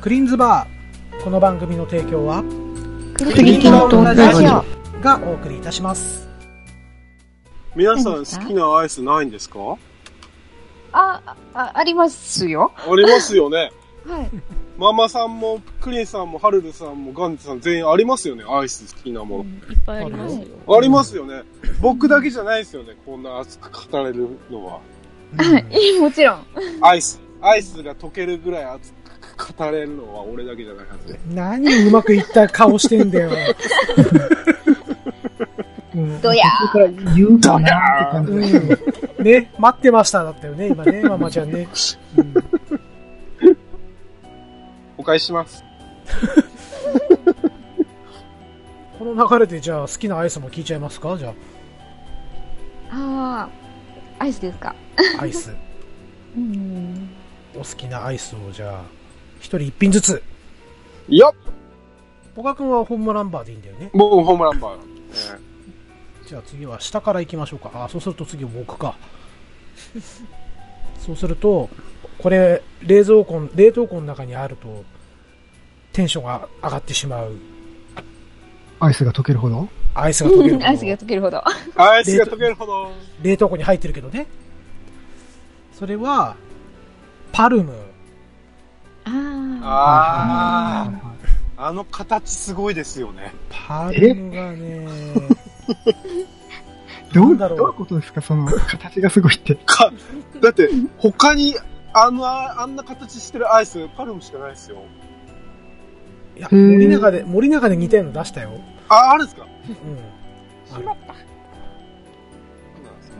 クリーンズバーこの番組の提供はククリキントンラジオ。がお送りいたします皆さん好きなアイスないんですかあ、あ、ありますよ。ありますよね。はい。ママさんも、クリンさんも、ハルルさんも、ガンジさん全員ありますよね、アイス好きなもいっぱいありますよ。の。ありますよね。僕だけじゃないですよね、こんな熱く語れるのは。いい、 もちろん。アイス、アイスが溶けるぐらい熱く語れるのは俺だけじゃないはずで。何うまくいった顔してんだようんどやだから言うかなって感じがする。うんね、待ってましただったよね、今ね、ママちゃんね。うんお返しします。この流れで、じゃあ、好きなアイスも聞いちゃいますかじゃああ、アイスですか。あ、アイス。うん。お好きなアイスを、じゃあ、一人一品ずつ。よっ小川くんはホームランバーでいいんだよね。僕ホームランバーなんでね。 じゃあ次は下から行きましょうか。あ、そうすると次僕か。 そうすると、これ、冷蔵庫、冷凍庫の中にあると、テンションが上がってしまう。アイスが溶けるほどアイスが溶けるアイスがほど。溶けるほど。アイスが溶けるほど。冷凍庫に入ってるけどね。それは、パルム。ああ。あはいはいー、あの形すごいですよね。パルムがね、 どなんう、だろうどういうことですかその、形がすごいって。か、だって、他に、あの、ああんな形してるアイス、パルムしかないですよ。いや、へー森永で、森永で似たようなの出したよ。あ、あるんですうかん。あるそうなんですか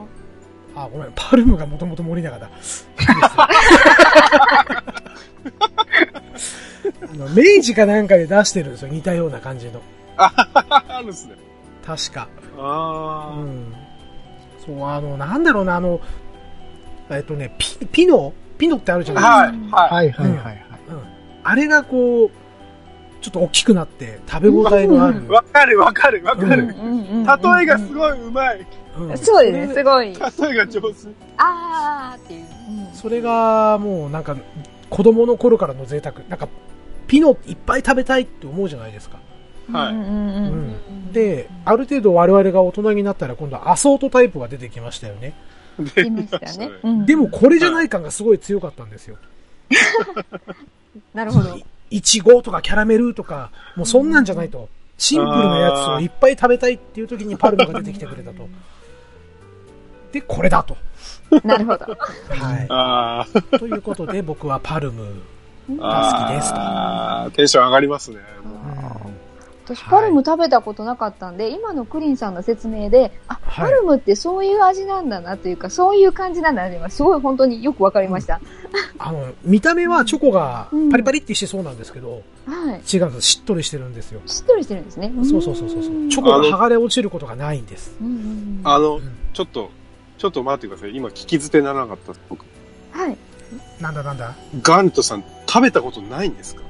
あ、ごめん、パルムがもともと森永だ。 あの明治かなんかで出してるんですよ、似たような感じの。あるんですね。確か。うあん。そう、あの、なんだろうな、あの、えっとね、ピ、ピノピノってあるじゃあ。ないですか。はい、ははいはいはいはい。あれがこう、ちょっと大きくなって、食べ応えのあるい。。わかるわかるわかうる。んうんうん例えがすごい上手い。うんそうですね、すごい。例えが上手。ああっていう。うんそれがもうなんか子供の頃からの贅沢なんかピノいっぱい食べたいって思うじゃないですか、はいうんうんうんうんである程度我々が大人になったら今度はアソートタイプが出てきましたよね言いましたね。うんでも、これじゃない感がすごい強かったんですよなるほど。いちごとかキャラメルとかもうそんなんじゃないとシンプルなやつをいっぱい食べたいっていう時にパルムが出てきてくれたとでこれだと、なるほど。はあい、ということで僕はパルムあ 好きですああ、テンション上がりますね。私、パルム食べたことなかったんで、今のクリンさんの説明で、あ、はいパルムってそういう味なんだなというか、そういう感じなんだなというのがすごい本当によくわかりました。あの見た目はチョコがパリパリってしてそうなんですけど、はい。違うんですしっとりしてるんですよしっとりしてるんですね。そうそうそうそうそんうチョコが剥がれ落ちることがないんですうんうんうんはあの、ちょっと、ちょっと待ってください。今聞き捨てならなかった。僕、い。なんだなんだガントさん食べたことないんですか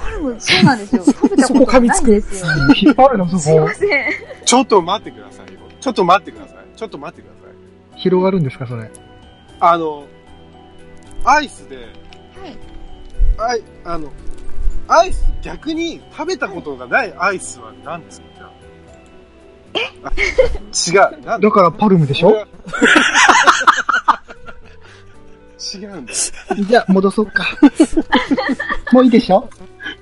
パルム、そうなんで すよ。食べたことがないんですよ。引っ張るの、すいそこま。せん。ちょっと待ってくださいよ。ちょっと待ってください。ちょっと待ってください。広がるんですかそれ。あの、アイスで、はい。アイ、あの、アイス、逆に食べたことがないアイスは何ですかじゃああ違う。なんだからパルムでしょそれは違うんです。じゃあ、戻そうか。もういいでしょ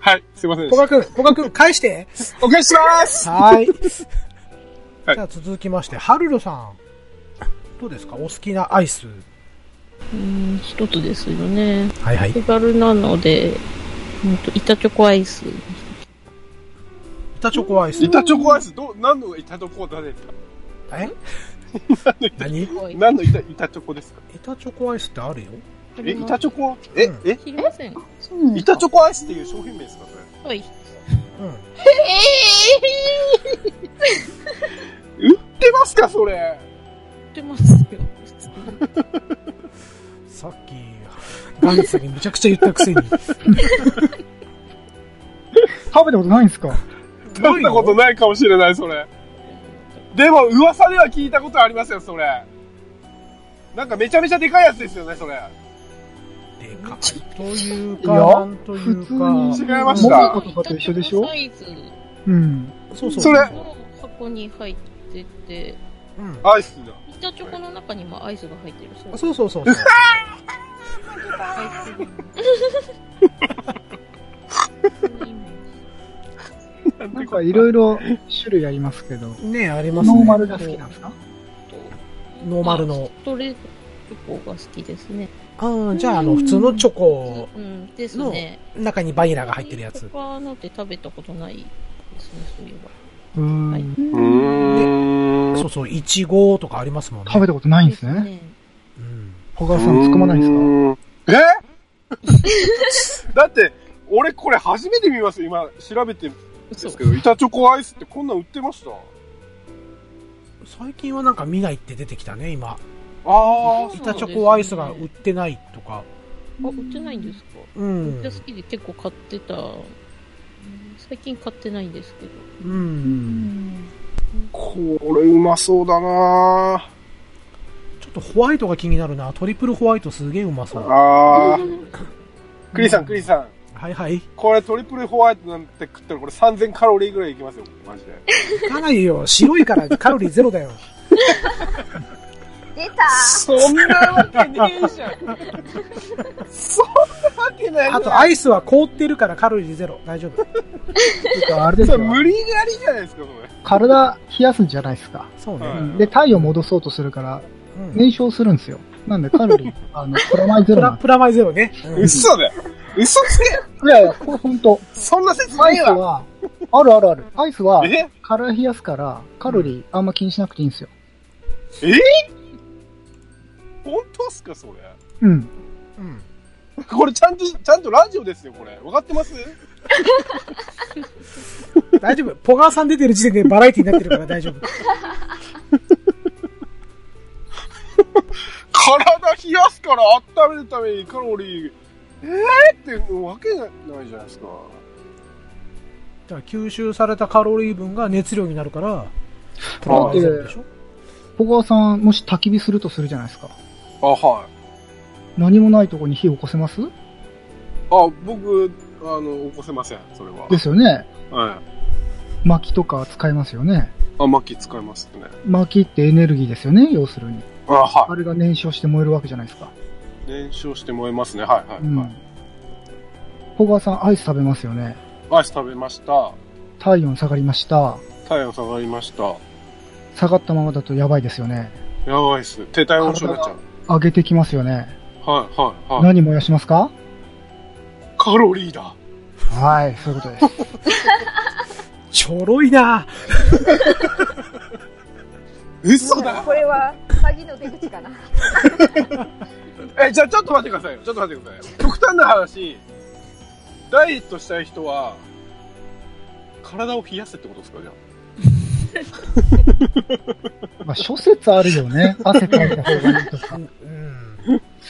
はい、すいませんで古した。賀くん古賀くん返してお返ししますはい はいじゃあ続きましてハルルさんどうですかお好きなアイスうん、一つですよね。はいはい手軽なので、うんと、板チョコアイス。板チョコアイス板チョコアイス、どう、何の板チョコだねえ何何の板、板チョコですか板チョコアイスってあるよえ、板チョコえ、うんえ知りません。そうなんです板チョコアイスっていう商品名ですかそれ。はい。うん売ってますかそれ。売ってますよ。さっきガンツさんにむちゃくちゃ言ったくせに食べたことないんですか食べたことないかもしれない、それ。でも、噂では聞いたことありますよ、それ。なんかめちゃめちゃでかいやつですよね、それ。でかいといういやか、なんとい普う通かに。、違いましモたココとかと一緒でしょサイズうん。そうそう。それの箱に入ってて、うん。アイスだ。板チョコの中にもアイスが入ってる。そうそうそうそうそう。 アイス。なんかいろいろ種類ありますけど、ねありますね。ノーマルが好きなんですかノーマルの。ストレートチョコが好きですね。ああ、じゃあ、あの、普通のチョコ、うん、ですね。中にバニラが入ってるやつ。他のって食べたことないですね、そういえば。うーん、はいんそうそう、いちごとかありますもんね。食べたことないんですね。ねうん。小川さん、つくまないですかすかえだって、俺これ初めて見ます今、調べてるん嘘ですけど、板チョコアイスってこんなん売ってました最近はなんか見ないって出てきたね、今。あー板チョコアイスが売ってないとか。あ、売ってないんですかうめっんちゃ。好きで結構買ってた。最近買ってないんですけど。うん。これうまそうだなちょっとホワイトが気になるな。トリプルホワイトすげえうまそう。はあー。クリさん、クリさん。いはい。これトリプルホワイトなんて食ったらこれ3000カロリーぐらいいきますよ、マジで。いかないよ。白いからカロリーゼロだよ。出たそんなわけねえじゃん。そんなわけないあとアイスは凍ってるからカロリーゼロ。大丈夫。てかあれですそよれ。無理やりじゃないですか、それ。体冷やすんじゃないですか。そうはね。いで、体を戻そうとするから、うん燃焼するんですよ。なんでカロ リー、あの、プラマイゼプロラなんでプラマイゼロね。嘘だよ。嘘つけす。いやいや、これほんと。そんな説アイ明スは。は、あるあるある。アイスは、え体冷やすから、カロリーあんま気にしなくていいんですよ。本当っすか、それ。うん。うん。これちゃんと、ちゃんとラジオですよ、これ。分かってます大丈夫。ポガーさん出てる時点でバラエティになってるから大丈夫。体冷やすから温めるためにカロリー、ええー、ってわけないじゃないですか。だから吸収されたカロリー分が熱量になるから、プラマイゼロでしょ小川さん、もし焚き火するとするじゃないですか。あ、はい。何もないとこに火を起こせますあ、僕、あの、起こせません、それ は。ですよね。はい。薪とか使いますよね。あ、薪使いますね。薪ってエネルギーですよね、要するに。あ、はあれが燃焼して燃えるわけじゃないですか。い。燃焼して燃えますね、はい、はい、うんはい。。小川さん、アイス食べますよね。アイス食べました。体温下がりました。体温下がりました。下がったままだとやばいですよね。やばいっす。低体温症になっちゃう。上げてきますよね。はい、はい、はい。何燃やしますかカロリーだ。はい、そういうことです。ちょろいな嘘だこれは詐欺の出口かな。え、じゃあちょっと待ってくださいよ。ちょっと待ってくださいよ。極端な話、ダイエットしたい人は、体を冷やせってことですかじゃまあ、諸説あるよね。 汗かいた方がいいとかう。ん。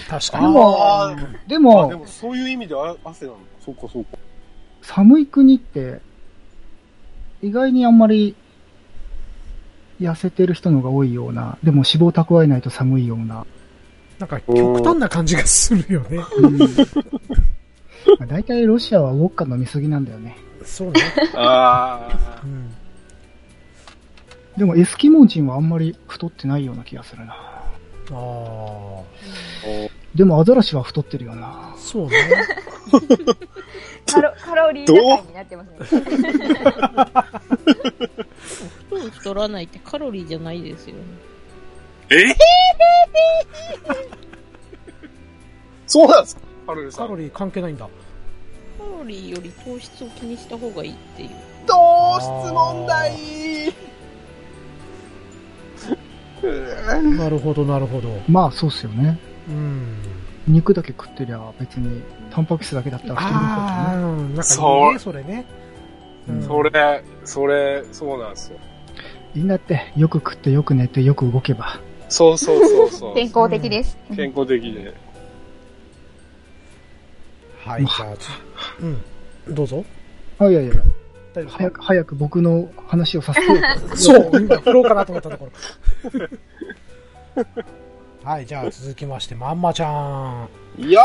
確かに。あであ。あ、でも、もそういう意味であ汗なのか。そうか、そうか。寒い国って、意外にあんまり、痩せてる人のが多いような、でも脂肪蓄えないと寒いよう な。なんか極端な感じがするよね。うん、まあ大体ロシアはウォッカ飲みすぎなんだよね。そうね。あうん。でもエスキモ人はあんまり太ってないような気がするな。あでもアザラシは太ってるよなあ。。そうね。カロカロリー高いになってますね。太る太らないってカロリーじゃないですよね。え そうなんですかカロリーさカん。ロリー関係ないんだ。カロリーより糖質を気にした方がいいっていう。糖質問題なるほど、なるほど。まあそうっすよね。うん。肉だけ食ってりゃ別に、タンパク質だけだったら太るんだああ、けうんなんかいいそね、うそれね。うん それ、それ、そうなんですよ。どね。いいんだって、よく食ってよく寝てよく動けば。そうそうそうそう。 健康的です。健康的で。はい、じゃあ、つうん。どうぞ。あ、いやいやいや、大丈夫早く 早く僕の話をさ せてよ。そう、今振ろうかなと思ったとこ ろ。はい、じゃあ続きまして、まんまちゃん。いや、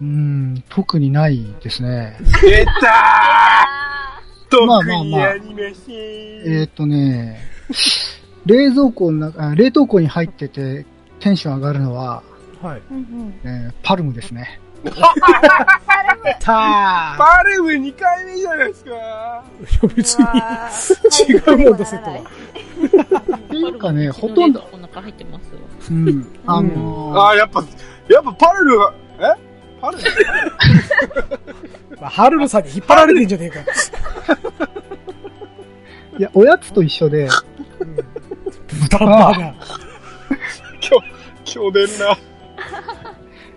うん、特にないですね。出たあーー特まあまあにまあありません。えーっとね、冷蔵庫の中、あ冷凍庫に入っててテンション上がるのは、はい。うんうん。えーパルムですね。たパルム2回目じゃないですか。ーいや、別に。に違うもん出せとは。っていうかね、ほとんど、お腹入ってますわ。うん、 あのーああ、やっぱ、やっぱパルムが、えパルムまあ、ハルルさんに引っ張られてんじゃねえか。いや、おやつと一緒で、うん豚バーガー。去年な。い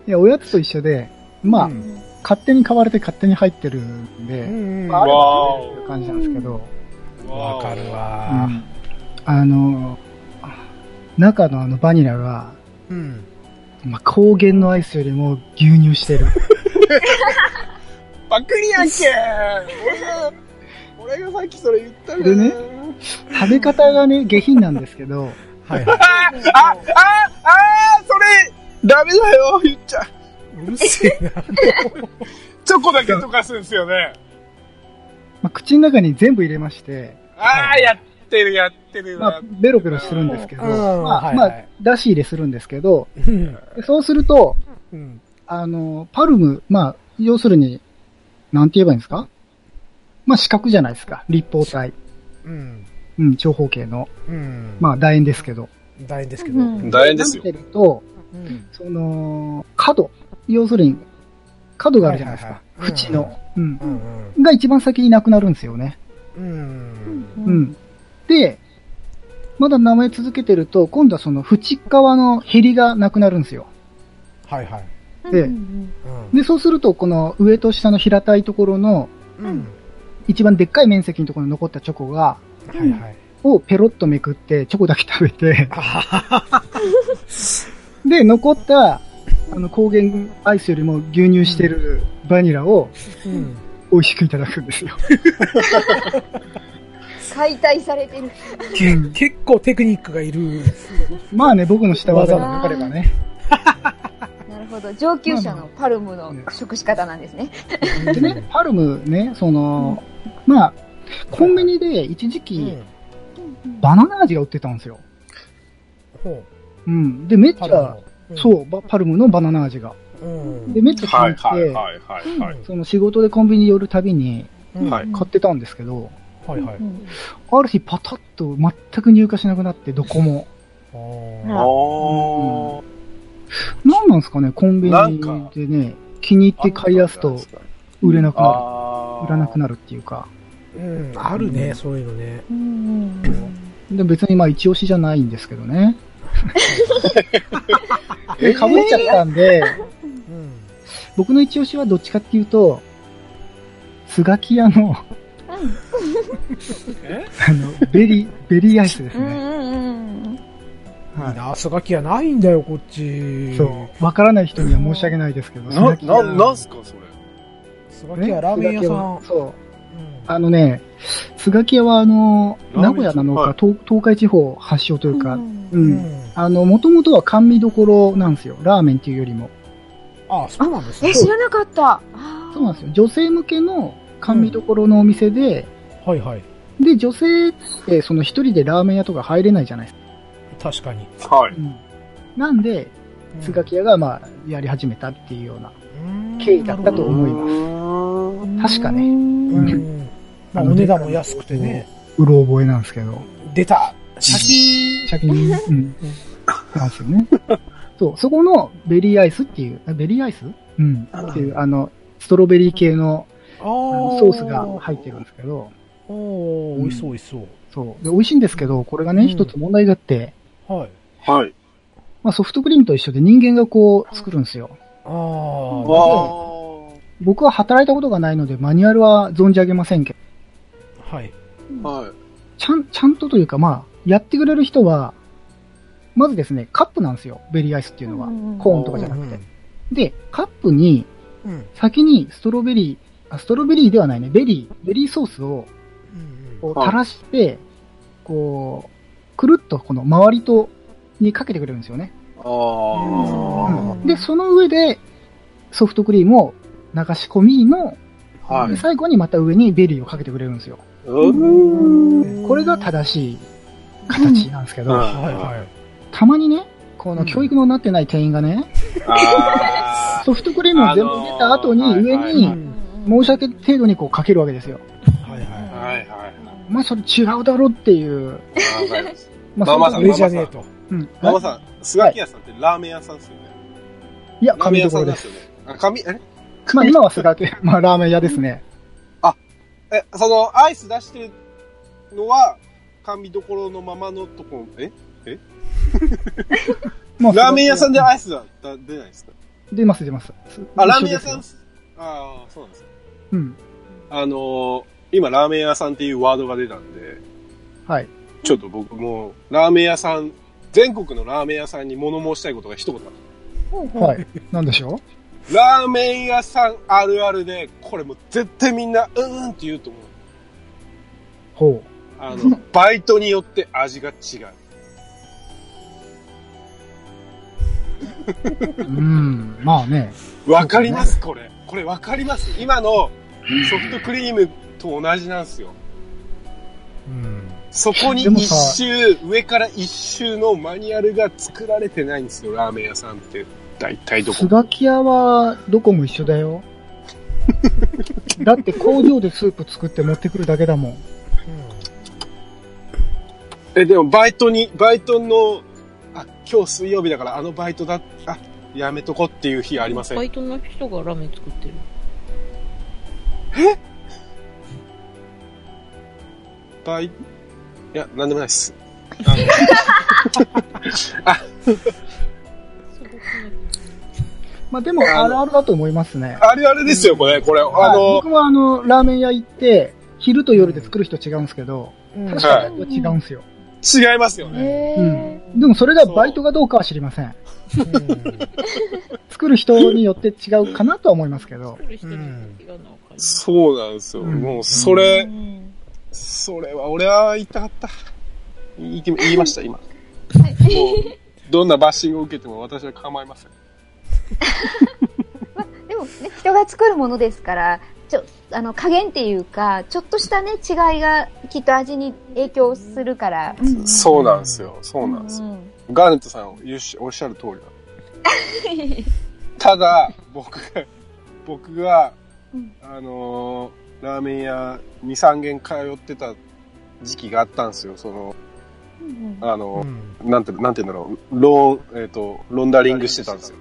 や、おやつと一緒で、まあ、うん勝手に買われて勝手に入ってるんで、うんあればわ食べれるっていう感じなんですけど、わわかるうわ。んあの、中のあのバニラが、うん。まあ、高原のアイスよりも牛乳して る。パクリやんけ俺が、俺がさっきそれ言ったんだよで食べ方がね、下品なんですけど、はいはあーあああーそれ、ダメだよ、言っちゃ。い。うるせえな。チョコだけ溶かすんですよね。まあ、口の中に全部入れまして、ああ、やってる、やってる。まあ、ベロベロするんですけど、うんまはあ、いまはいあ、出し入れするんですけど、うんそうすると、うん。あの、パルム、まあ、要するに、なんて言えばいいんですかまあ、四角じゃないですか。立方体。うん。うん、長方形の。うん。まあ、楕円ですけど。あ、大変ですけど。ううんん。大変なってると、その、角。要するに、角があるじゃないですはかい。はいはい縁の。うんう。ん。が一番先になくなるんですよね。うん。う。ん。で、まだ名前続けてると、今度はその縁側のヘリがなくなるんですよ。はいはい。でうんうん。で、そうすると、この上と下の平たいところの、うん。一番でっかい面積のところに残ったチョコが、はいはい。をペロッとめくって、チョコだけ食べて、 あははで、残った、あの、高原アイスよりも牛乳してるバニラをうん。美味しくいただくんですよ。解体されてる。け結構テクニックがいる。まあね、僕の下技が分かればね。なるほど。上級者のパルムの食し方なんですね。でね、パルムね、その、まあ、コンビニで一時う期ん、バナナ味が売ってたんですよ。ほうん。で、めっう。ちゃ、そう、ばパルムのバナナ味が。うん。で、めっちゃはい買はいって、はいはいはい。その仕事でコンビニ寄るたびにうん。ははいい買ってたんですけど、はい。うんある日パタッと全く入荷しなくなって、どこも。ああーーなんなんですかね、コンビなんニかでね、気に入って買い出すと売れなくなある。ー売らなくなるっていうか。うん。あるね、そういうのね。うんうんで別にまあ一押しじゃないんですけど ね。で、かぶっちゃったんで、うん。僕の一押しはどっちかっていうと、スガキ屋 の、えあの、ベリー、ベリーアイスですうんね。うんうんいいはな、スガキはないんだよ、こっち。い。そう。わからない人には申し訳ないですけど、スなガ、キ屋な、なんすかそれ。スガキはラーメン屋スさガキんは。そう。うんあのね、スガキ屋はあの、ラーメ名古ン屋屋なのか、はい東東海地方発祥というか、ううん。んうん。あの、もともとは甘味どころなんですよ。ラーメンっていうよりも。あ、そうなんですえ、ね。知らなかった。あーそうなんですよ。女性向けの甘味どころのお店で、はいはい。で、女性ってその一人でラーメン屋とか入れないじゃないですか。確かに。はい。なんで、スガキ屋がまあ、やり始めたっていうような。うん経緯だったと思います確まかねうんうんうん。まあ、お値段も安くてね。うろ覚えなんですけど。出たシャキーン。シャキーン。うん。なんですよね。そう、そこのベリーアイスっていう、あベリーアイスうん。っていう、あの、ストロベリー系のああーのソースが入ってるんですけど、おー、美味しそう、美味しそう。そう。で、美味しいんですけど、これがね、うん一つ問題があって、はい。はい。まあソフトクリームと一緒で人間がこう作るんですよ。あー。ああ。僕は働いたことがないので、マニュアルは存じ上げませんけど、はい。はい。ちゃん、ちゃんとというか、まあ、やってくれる人は、まずですね、カップなんですよ。ベリーアイスっていうのはうんうんうん。コーンとかじゃなくて。で、カップに、うん。うん。先にストロベリー、あ、ストロベリーではないね、ベリー、ベリーソースをうんこうはい垂らして、こう、くるっとこの周りと、にかけてくれるんですよね。ああ。で、その上で、ソフトクリームを流し込みの、はでい。最後にまた上にベリーをかけてくれるんですよ。うん。これが正しい形なんですけど、うんはいはい。たまにね、こうのん教育のなってない店員がね、あソフトクリームを全部出た後にあのー上はいうんに申し訳程度にこうかけるわけですよ。はいはーい。はいはい。まあそれ違うだろっていう。わかります。ままあまあそされん上とじゃねえと。うん。ママさん、スガキ屋さんってラーメン屋さんですよね。いや、ラー神メン屋どさころんなんでですす。よね。あ、紙、えまあ今はすがけ、 まあラーメン屋ですね。え、その、アイス出してるのは、甘味どころのままのとこ、えもうラーメン屋さんでアイスはだ出ないですか出ます出ます。あ、ラーメン屋さ一緒んですよ、ああ、そうなんですねうん。あのー、今、ラーメン屋さんっていうワードが出たんで、はい。ちょっと僕も、ラーメン屋さん、全国のラーメン屋さんに物申したいことが一言ある。はい。なんでしょラーメン屋さんあるあるで、これもう絶対みんな、うーんって言うと思うう。ほあ の、バイトによって味が違う。う。うん。まあね。わかりますこれ。これわかります今のソフトクリームと同じなんですよ。うん。そこにでも一さ周、上から一周のマニュアルが作られてないんですよ、ラーメン屋さんって。大体どこスも。ガキ屋はどこも一緒だよ。だって工場でスープ作って持ってくるだけだもん。え、でもバイトに、バイトの、あ、今日水曜日だからあのバイトだ、あ、やめとこっていう日ありません。バイトの人がラーメン作ってる。バイ、いや、なんでもないっす。あのすごくまあでも、あるあるだと思いますね。あれあれですよ、これ、これ。あはいの僕、もあの、ラーメン屋行って、昼と夜で作る人違うんですけど、うん。確はかいに違うんですよ。違いますよね。へうーん。でもそれがバイトかどうかは知りません。作る人によって違うかなとは思いますけ ど。作る人によって違うのは分かります。そうなんですよ。うんもう、それう、んそれは俺は言いたかった。言い言いました、今。もう、どんなバッシングを受けても私は構いません。でもね、人が作るものですから、ちょ、あの、加減っていうか、ちょっとしたね、違いがきっと味に影響するから。そうなんですよ。そうなんですよ。ん。ガーネットさんおっしおっしゃる通りだ。ただ、僕が、僕がうん、あのーラーメン屋2、3軒通ってた時期があったんですよ。その、うんあのうんーなんて、なんて言うんだろう。ローン、えっ、と、ロンダリングしてたんですよ。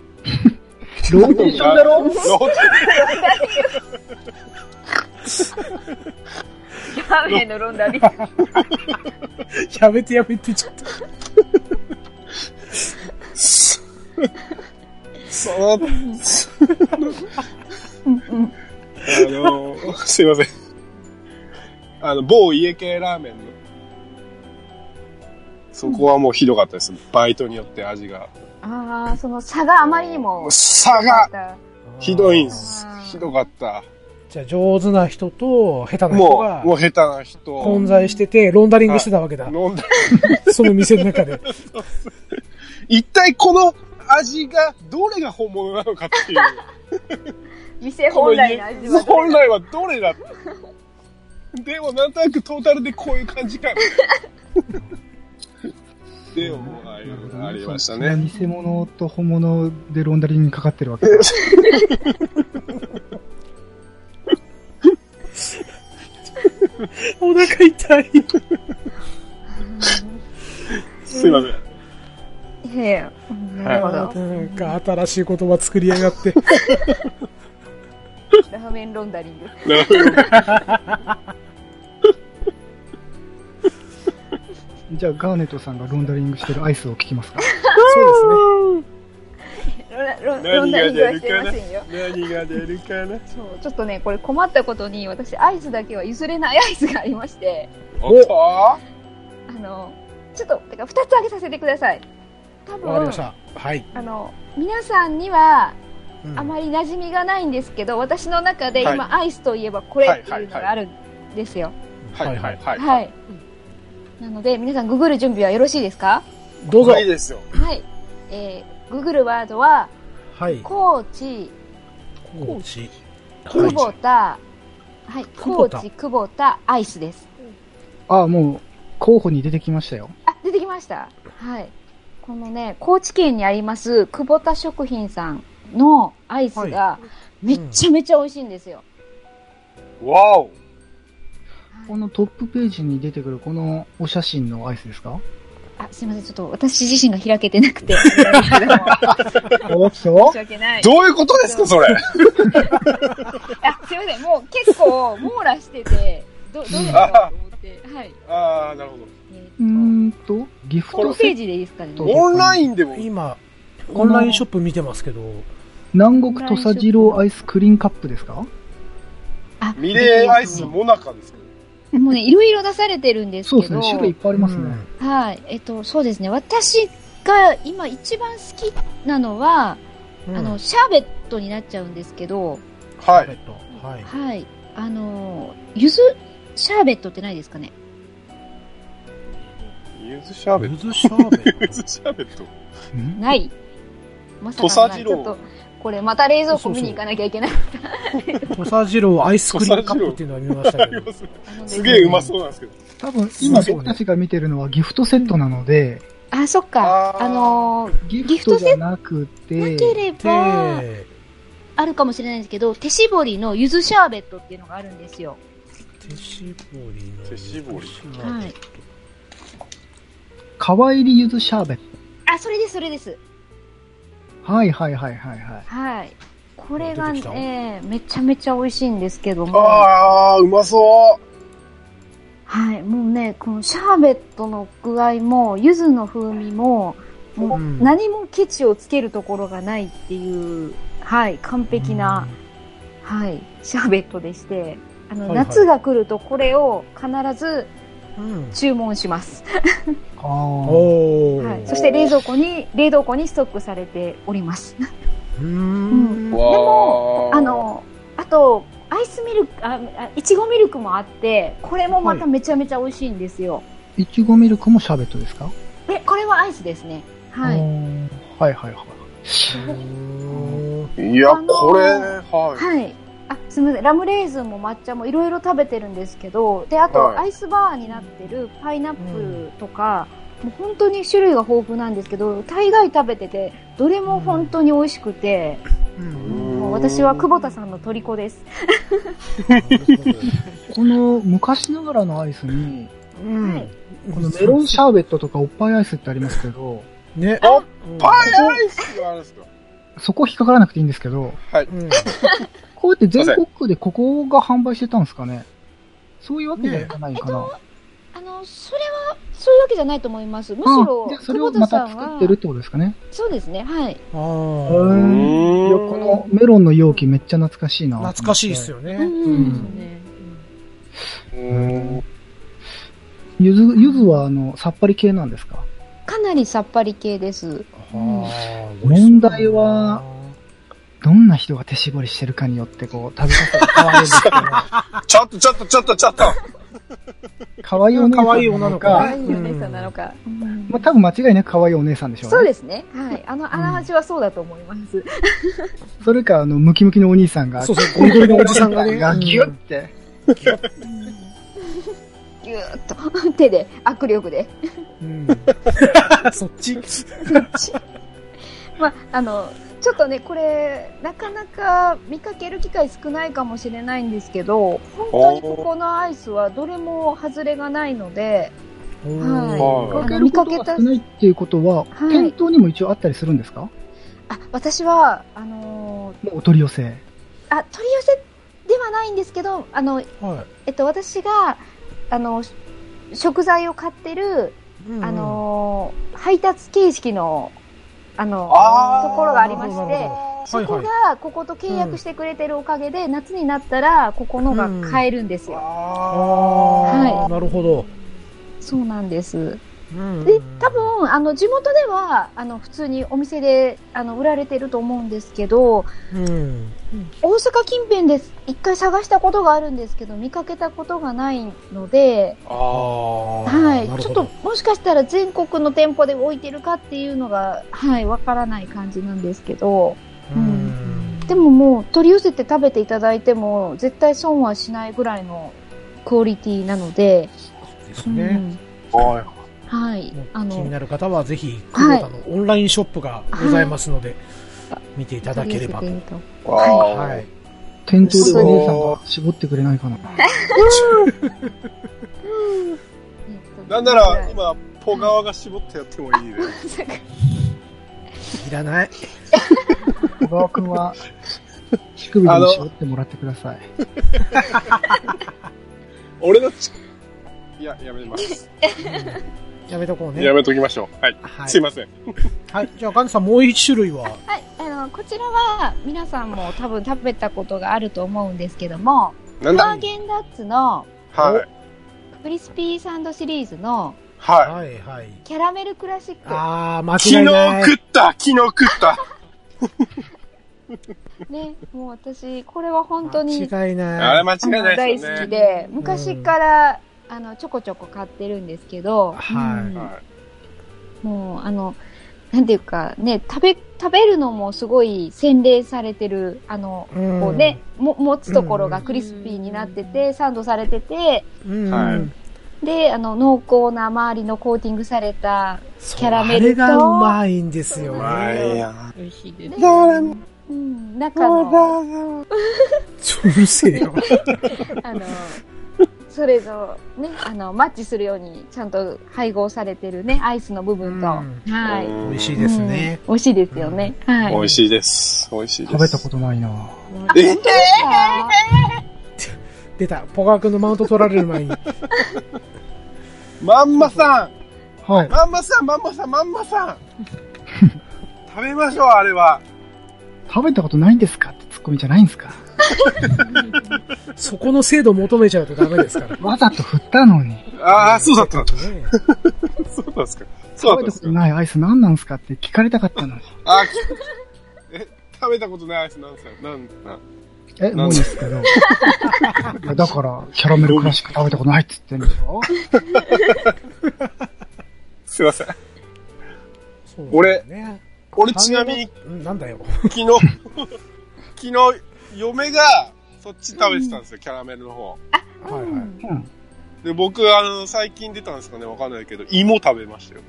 ローテーションだろローラーメンのロンダリン。やめてやめて、ちょっと。その、あの、すいません。あの、某家系ラーメンの、そこはもうひどかったです。バイトによって味が。ああ、その差があまりにも。差あがったひどいんであす。ひどかった。ーじゃあ、上手な人と下手な人もがう、もう下手な人、混在してて、ロンダリングしてたわけ だ。飲んだ。その店の中で。一体この味が、どれが本物なのかっていう。店こ本の来家の味は。本来はどれだってでもなんとなくトータルでこういう感じか な。でも、ああいうのがありましたね。偽物と本物でロンダリングにかかってるわけ だ。お腹痛い。すいません。いやいやなるほど。なんか新しい言葉作りやがって。ラーメンロンダリング。なるほどじゃあ、ガーネットさんがロンダリングしてるアイスを聞きますか。そうロン何がロンダリングはしてませんよ。何が出るかなそう、ちょっとね、これ困ったことに、私、アイスだけは譲れないアイスがありまして、おっとあの、ちょっと、てか、二つあげさせてください。多ですね。わかりま分し、た。はい。あの、皆さんには、うんあまり馴染みがないんですけど、私の中ではい今、アイスといえばこれっていうのがあるんですよ。はいはいはい。はい。なので、皆さん、ググる準備はよろしいですかどうぞ。いいですよ。はい。えー、ググるワードは、はい。高知、高知。久はい。保田、はい、久保高田知、久保田、アイスです。ああ、もう、候補に出てきましたよ。あ、出てきました。はい。このね、高知県にあります、久保田食品さんのアイスが、めっちゃめちゃ美味しいんですよ。わおこのトップページに出てくるこのお写真のアイスですかあ、すいません、ちょっと私自身が開けてなく て。申おっとし訳ない。どういうことですか、それ。あ、すいません、もう結構網羅してて、ど、どれだろうと思って。はい。ああ、なるほど。えうーーんと、ギフと、ホートムセペッージでいいですかね。どうオンラインでも。今、オンラインショップ見てますけど、南国土佐二郎アイスクリーンカップですかあ、ミレーアイスもモナカですけど。うね、いろいろ出されてるんですけそど。うですね、種類いっぱいありますね。うんはい、えっと、そうですね。私が今一番好きなのは、うんあの、シャーベットになっちゃうんですけど、はえい。っとはい。はい、あの、ゆずシャーベットってないですかねゆずシャーベッゆト。ずシャーベッゆずシャーベット。んない。まさ土か佐な二いちょっ郎と、。これまた冷蔵庫見に行かなきゃいけない。ト。土佐二郎アイスクリーンカップっていうのは見ましたあけりど。ますねあのねすげえうまそうなんですけど。多分、今そうね僕たちが見てるのはギフトセットなので、あ、そっあか。ーあの、ギフトじゃなくてな、ければ、で、あるかもしれないんですけど、手絞りのゆずシャーベットっていうのがあるんですよ。手絞りの。手絞りはい。皮入りゆずシャーベッあ、それです、それです。ト。はいはいはいはいはい。はい。これ出がてきたね、めちゃめちゃ美味しいんですけども。ああ、うまそう。はい、もうね、このシャーベットの具合も、柚子の風味も、もううん何もケチをつけるところがないっていう、はい、完璧な、はい、シャーベットでして、あの、はいはい夏が来るとこれを必ずうん。うん。注文します。あーおー。はい、そして冷蔵庫に、冷凍庫にストックされております。うーん。わもあ、の、あと、アイスミルク、あ、あいちごミルクもあって、これもまためちゃめちゃ美味しいんですよ。いちごミルクもシャーベットですかえ、これはアイスですね。はあい。ーはいはいはい。おーいや、あのーこれ、ははい。あ、すみません。ラムレーズンも抹茶もいろいろ食べてるんですけど、で、あはいと、アイスバーになってるパイナップルとか、もう本当に種類が豊富なんですけど、大概食べてて、どれも本当に美味しくて、うい。ん。もう私は久保田さんの虜です。この昔ながらのアイスに、うんはいこのメロンシャーベットとかおっぱいアイスってありますけど、ね。おっうんパイアイスがあるんですかそこ引っかからなくていいんですけど、うん。こうやって全国区でここが販売してたんですかねそういうわけじゃないかな。あの、それは、そういうわけじゃないと思います。むしろあ、じゃあそれ久を保田まさたんは作って、るってことですかね。そうですね、はい。あうーーうんんいやこのメロンの容器めっちゃ懐かしいな。懐かしいですよ。ようね。ん。うんうそうね。うんゆず、ゆずはあの、さっぱり系なんですかかなりさっぱり系です。あー問題は、どんな人が手絞りしてるかによってこう、食べ方が変わるん ですけど、ちょっと、ちょっと、ちょっと、ちょっと。可愛いお姉さん可愛いな女のの子か、ねうんか。まあ、多分間違いなく可愛いお姉さんでしょうね。そうですね。はい。あの、あらはじはそうだと思います。それか、あの、ムキムキのお兄さんが、そうそう、ゴリゴリのおじさんが ね。ギュッて。ぎゅーっと、 手で、握力で。うん。そっちまあ、あの、ちょっとね、これ、なかなか見かける機会少ないかもしれないんですけど、本当にここのアイスはどれも外れがないので、はいあの見かけることが少ないっていうことは、はい店頭にも一応あったりするんですかもあ、私は、あのうお取り寄せ。ーあ、取り寄せではないんですけど、あの、い。はえっと、私が、あの、し食材を買ってる、いうんうん。あのー配達形式の、あのあーところがありましなるてほ、そこはいが、ここと契約してくれてるおかげで、夏になったら、ここのが買えるんですよ。あはあ、なるほど。そうなんです。うんで、多分、あの、地元では、あの、普通にお店で、あの、売られてると思うんですけど、うん。大阪近辺で一回探したことがあるんですけど、見かけたことがないので、ああはいな。るちょほどっと、もしかしたら全国の店舗で置いてるかっていうのが、はい、わからない感じなんですけど、うん。でももう取り寄せて食べていただいても絶対損はしないぐらいのクオリティなので、ですね。はい。うんはいもうあ気にのなる方はぜひ、クボタのオンラインショップがございますので、見ていただければと。取り寄せてわーはい。店頭でお姉さんが絞ってくれない かな。えっとなんなら、今、ポガワが絞ってやってもいいね。いら ない。小川くんは、乳首にも絞ってもらってください。俺のち、いや、やめます。やめとこうね。やめときましょう。はい。はすいい。ません。はい。じゃあ、ガンジさんもう一種類は、はい、 あの、こちらは皆さんも多分食べたことがあると思うんですけども、なんハだーゲンダッツのはい。クリスピーサンドシリーズのはい。はいはい。キャラメルクラシック。あー、間昨違いない。日食った昨日食ったね、もう私、これは本当に間違いあなれい。間違いあのないで大す好よね。きで、昔から、あの、ちょこちょこ買ってるんですけど、はいうんはもう、あの、なんていうか、ね、食べ、食べるのもすごい洗練されてる、あの、うんこうね、も持つところがクリスピーになってて、サンドされてて、うんはいで、あの、濃厚な周りのコーティングされた、そうキャラメルとあれがうまいんですようね。まいやん。美味しいです。うん、中の、ちょうるせえ よ。あの、それぞれ、ね、あの、マッチするように、ちゃんと配合されてるね、アイスの部分と。うんはい。うん美味しいですね。うん美味しいですよね。はい。美味しいです。美味しいです。食べたことないなとえ出た。ポカ君のマウント取られる前に。まんまさんはい。まんまさんまんまさんまんまさん 食べましょう、あれは。食べたことないんですかってツッコミじゃないんですかそこの精度求めちゃうとダメです から。わざと振ったのに。ああ、そうだった。ね。そうなんですか。そう食だべたこったんですかと。ないアイス何なんですかって聞かれたかったの に。あ、え、食べたことないアイスなんですよ。なん、なん。え、もうですけど。 いやだから、キャラメルクラシック食べたことないって言ってんでしょすいません。そう俺ね俺ちなみに、うんなんだよ。昨 日、昨日、嫁が、そっち食べてたんですよ、キャラメルの方。はいはい。うん。で、僕、あの、最近出たんですかね、わかんないけど、芋食べましたよ。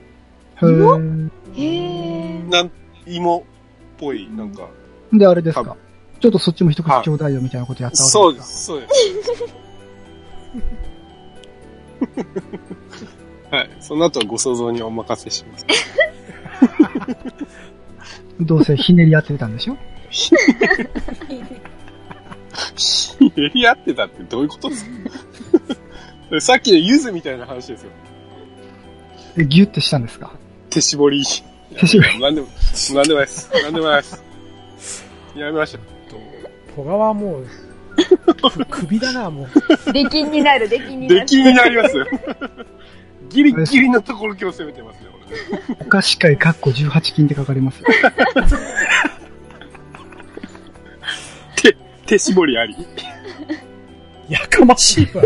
へーへーなん、芋っぽい、なんか。で、あれですはかちょっとそっちも一口ちょうだいよみたいなことやったわけですかそうで。す、 そうです。はい。その後はご想像にお任せします。どうせひねり合ってたんでしょひねり合ってたってどういうことですか さっきのゆずみたいな話ですよ。で、ギュってしたんですか手絞り。手絞り。なんでも、なんでもないです。なんでもないです。やめましょう。小川はもう、 く首だな、もう。出禁になる、出禁にな出る。禁になりますよ。 ギリギリのところ今日攻めてますね、俺ね。お菓子界かっこ18金ってかかりますよ。手、手絞りあり。やかましいわ。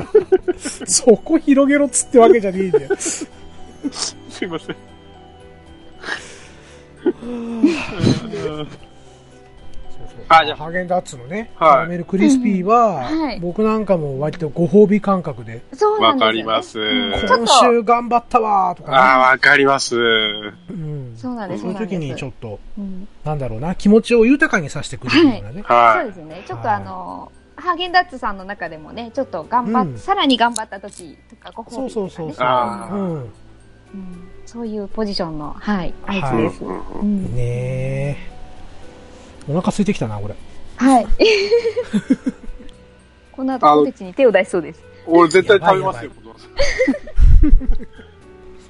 そこ広げろっつってわけじゃねえんだよ。 すいま せん。そうそうあじゃあハーゲンダッツのね、はいキャラメルクリスピーは、うんはい僕なんかも割とご褒美感覚で、そうなんわですよかります。ちょっ今週頑張ったわーとあかあ、わかります。ね、うん、そうなんです。そういう時にちょっっと、と。うんなんだろうな、気持ちを豊かにさせてくれるようなね。そはういで。すね。ちょっとあの、ハーゲンダッツさんの中でもね、ちょっと頑張っ、うんさらに頑張った時とか、ご褒そう美そとうか、そねう。うん。あーうんそういうポジションの、はい、アはいイスです。うんうんねえ。お腹空いてきたな、これ。はい。 この後、ポテチに手を出しそうです。俺絶対食べますよ、この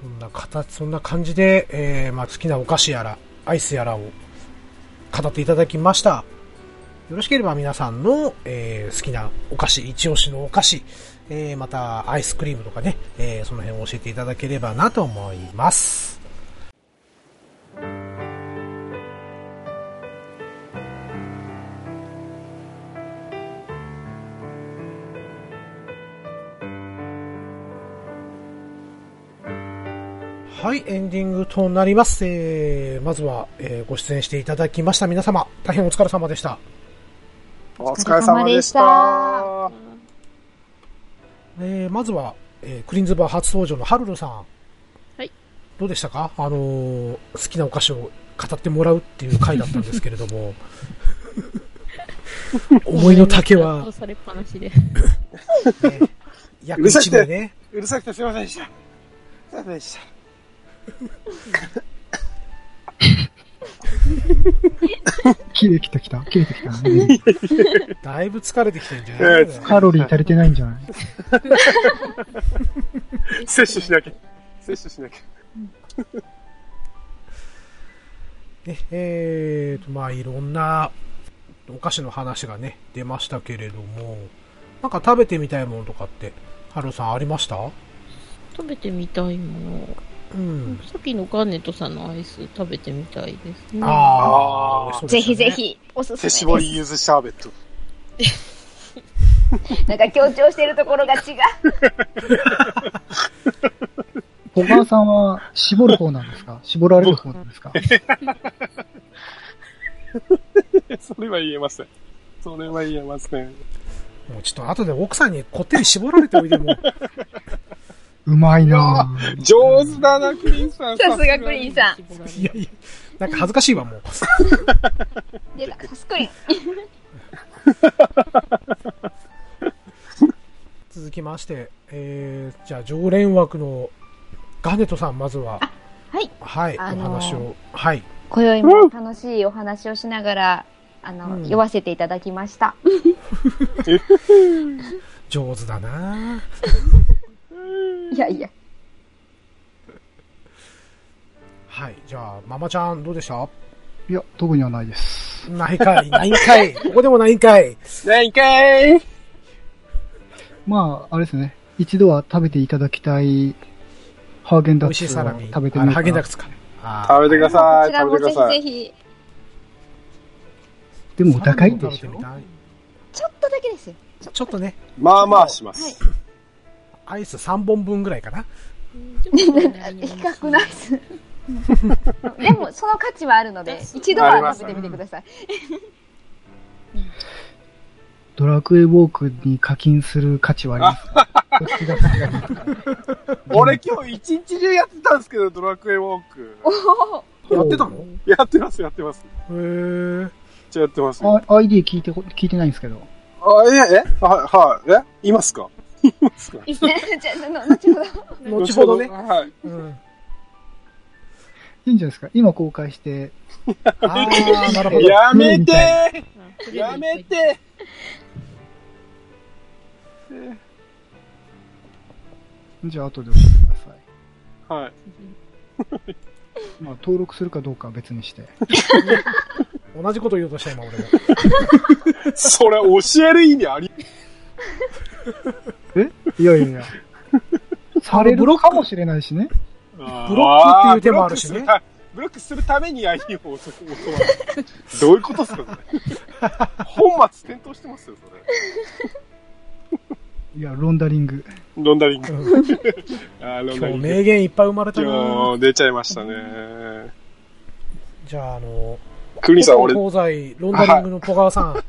そんな形、そんな感じで、えー、まあ好きなお菓子やら、アイスやらを語っていただきました。よろしければ皆さんの、えー好きなお菓子、一押しのお菓子、えーまたアイスクリームとかね、えーその辺を教えていただければなと思います。はい、エンディングとなります。えーまずは、えーご出演していただきました皆様、大変お疲れ様でした。お疲れ様でした。あえーまずは、えークリーンズバー初登場のハルルさん。はい。どうでしたかあのー好きなお菓子を語ってもらうっていう回だったんですけれども。思いの丈は 圧倒、されっぱなしで。ね、約1名ね。うるさくてすいませんでした。すいませんでした。切れてきたきた。切れてきた、ね。だいぶ疲れてきてるんじゃないですか、カロリー足りてないんじゃない摂取しなきゃ。摂取しなきゃ。ね、えーと、まあいろんなお菓子の話がね、出ましたけれども、なんか食べてみたいものとかって、ハルルさんありました食べてみたいもうんの。。さっきのガーネットさんのアイス食べてみたいですね。ああ、ぜひぜ。ひ、おすすめ手です。絞りゆずシャーベット。なんか強調してるところが違う。小川さんは絞る方なんですか絞られる方なんですかそれは言えません。それは言えません。もうちょっと後で奥さんにこってり絞られておいても、 うまいなぁ。上手だな、クリンさん。さすがクリーンさ絞られるいやいや、なんか恥ずかしいわ、もう。ん。出た、スクリーン。続きまして、えー、じゃあ常連枠のガネットさん、まずは、はい。はい、あおのー話を。はい。今宵も楽しいお話をしながら、あの、うん酔わせていただきました。上手だないやいや。はい。じゃあ、ママちゃん、どうでしたいや、特にはないです。ないか い、ないかい。ここでもないかい。何回まあ、あれですね。一度は食べていただきたい、ハーゲン美ダッ味しツいをサラミ。食べてあみのよハうかーゲンダなック。スか。あー食べてくだこさい。ちら食もべてぜくださひぜい。ひ、でもお高いんサラミも食でしべてみょたいちょっとだけですよ。ちょっとね、まあまあします。アイス3本分ぐらいかな。 比較ないです。でも、その価値はあるので、一度は食べてみてください。ドラクエウォークに課金する価値はあります。こっちが先がいい とか俺今日一日中やってたんですけど、ドラクエウォーク。おーやってたのへやってます、やってます。ー。じゃあやってます。あ、あ ID 聞いてこ、聞いてないんですけど。え、え、はい、はい、え、いますかいますかじゃあ、の後ほど。後ほどね。はい。うん。いいんじゃないですか今公開して。あー、なるほど。やめてーうんやめてじゃあ後で教えてください。ーはい。まあ、登録するかどうかは別にして。同じこと言おうとした今、 俺も。それ教える意味ありえ いやいやいや。されるかもしれないしね。ブロッブロックっていう手もあるしねクすた。ブロックするために ID を教わる。どういうことっすか、そ れ。本末転倒してますよ、そいや、ロンダリング。れ。ロンダリング。うんあーロン今ダリ日ング。名言いっぱい生まれたな今日出ちゃいましたね。じゃあ、あの、クリーンさん、俺、東西、ロンダリングの戸川さん。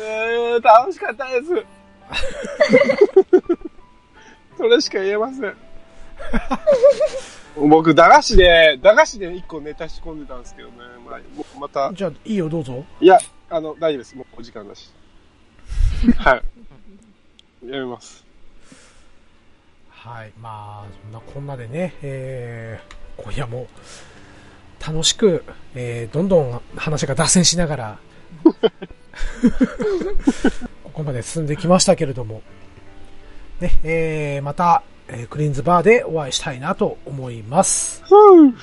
えー、楽しかったです。 それしか言えません。 僕、駄菓子で、駄菓子で一個ネタ仕込んでたんですけどね。まあ、もうまた、 じゃあ、いいよ、どうぞ。いや、あの、大丈夫です。もうお時間だし。はい。やめます。はい。まあ、そんなこんなでね、えー、今夜も、楽しく、えー、どんどん話が脱線しながら、 ここまで進んできましたけれども、ね、えー、また、えークリーンズバーでお会いしたいなと思います。は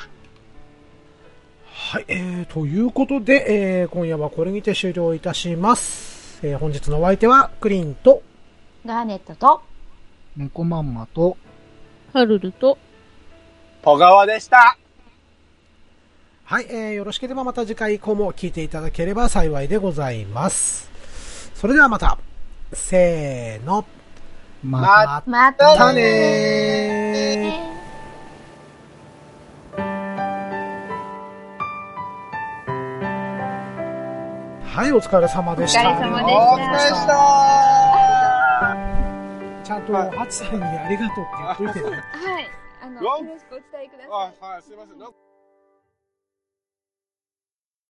い、えー、ということで、えー、今夜はこれにて終了いたします。えー、本日のお相手は、クリーンと、ガーネットと、猫まんまと、ハルルと、小川でした。はい、えー、よろしければまた次回以降も聞いていただければ幸いでございます。それではまた、せーの、ままままたたねねー。ー。はい、お疲れ様でした。お疲れ様でおした疲れしたちゃんと、はいハチさんにありがとうって言っといてね。はい。あの、うわよろしくお伝えください。あ、はい、すいません。なんか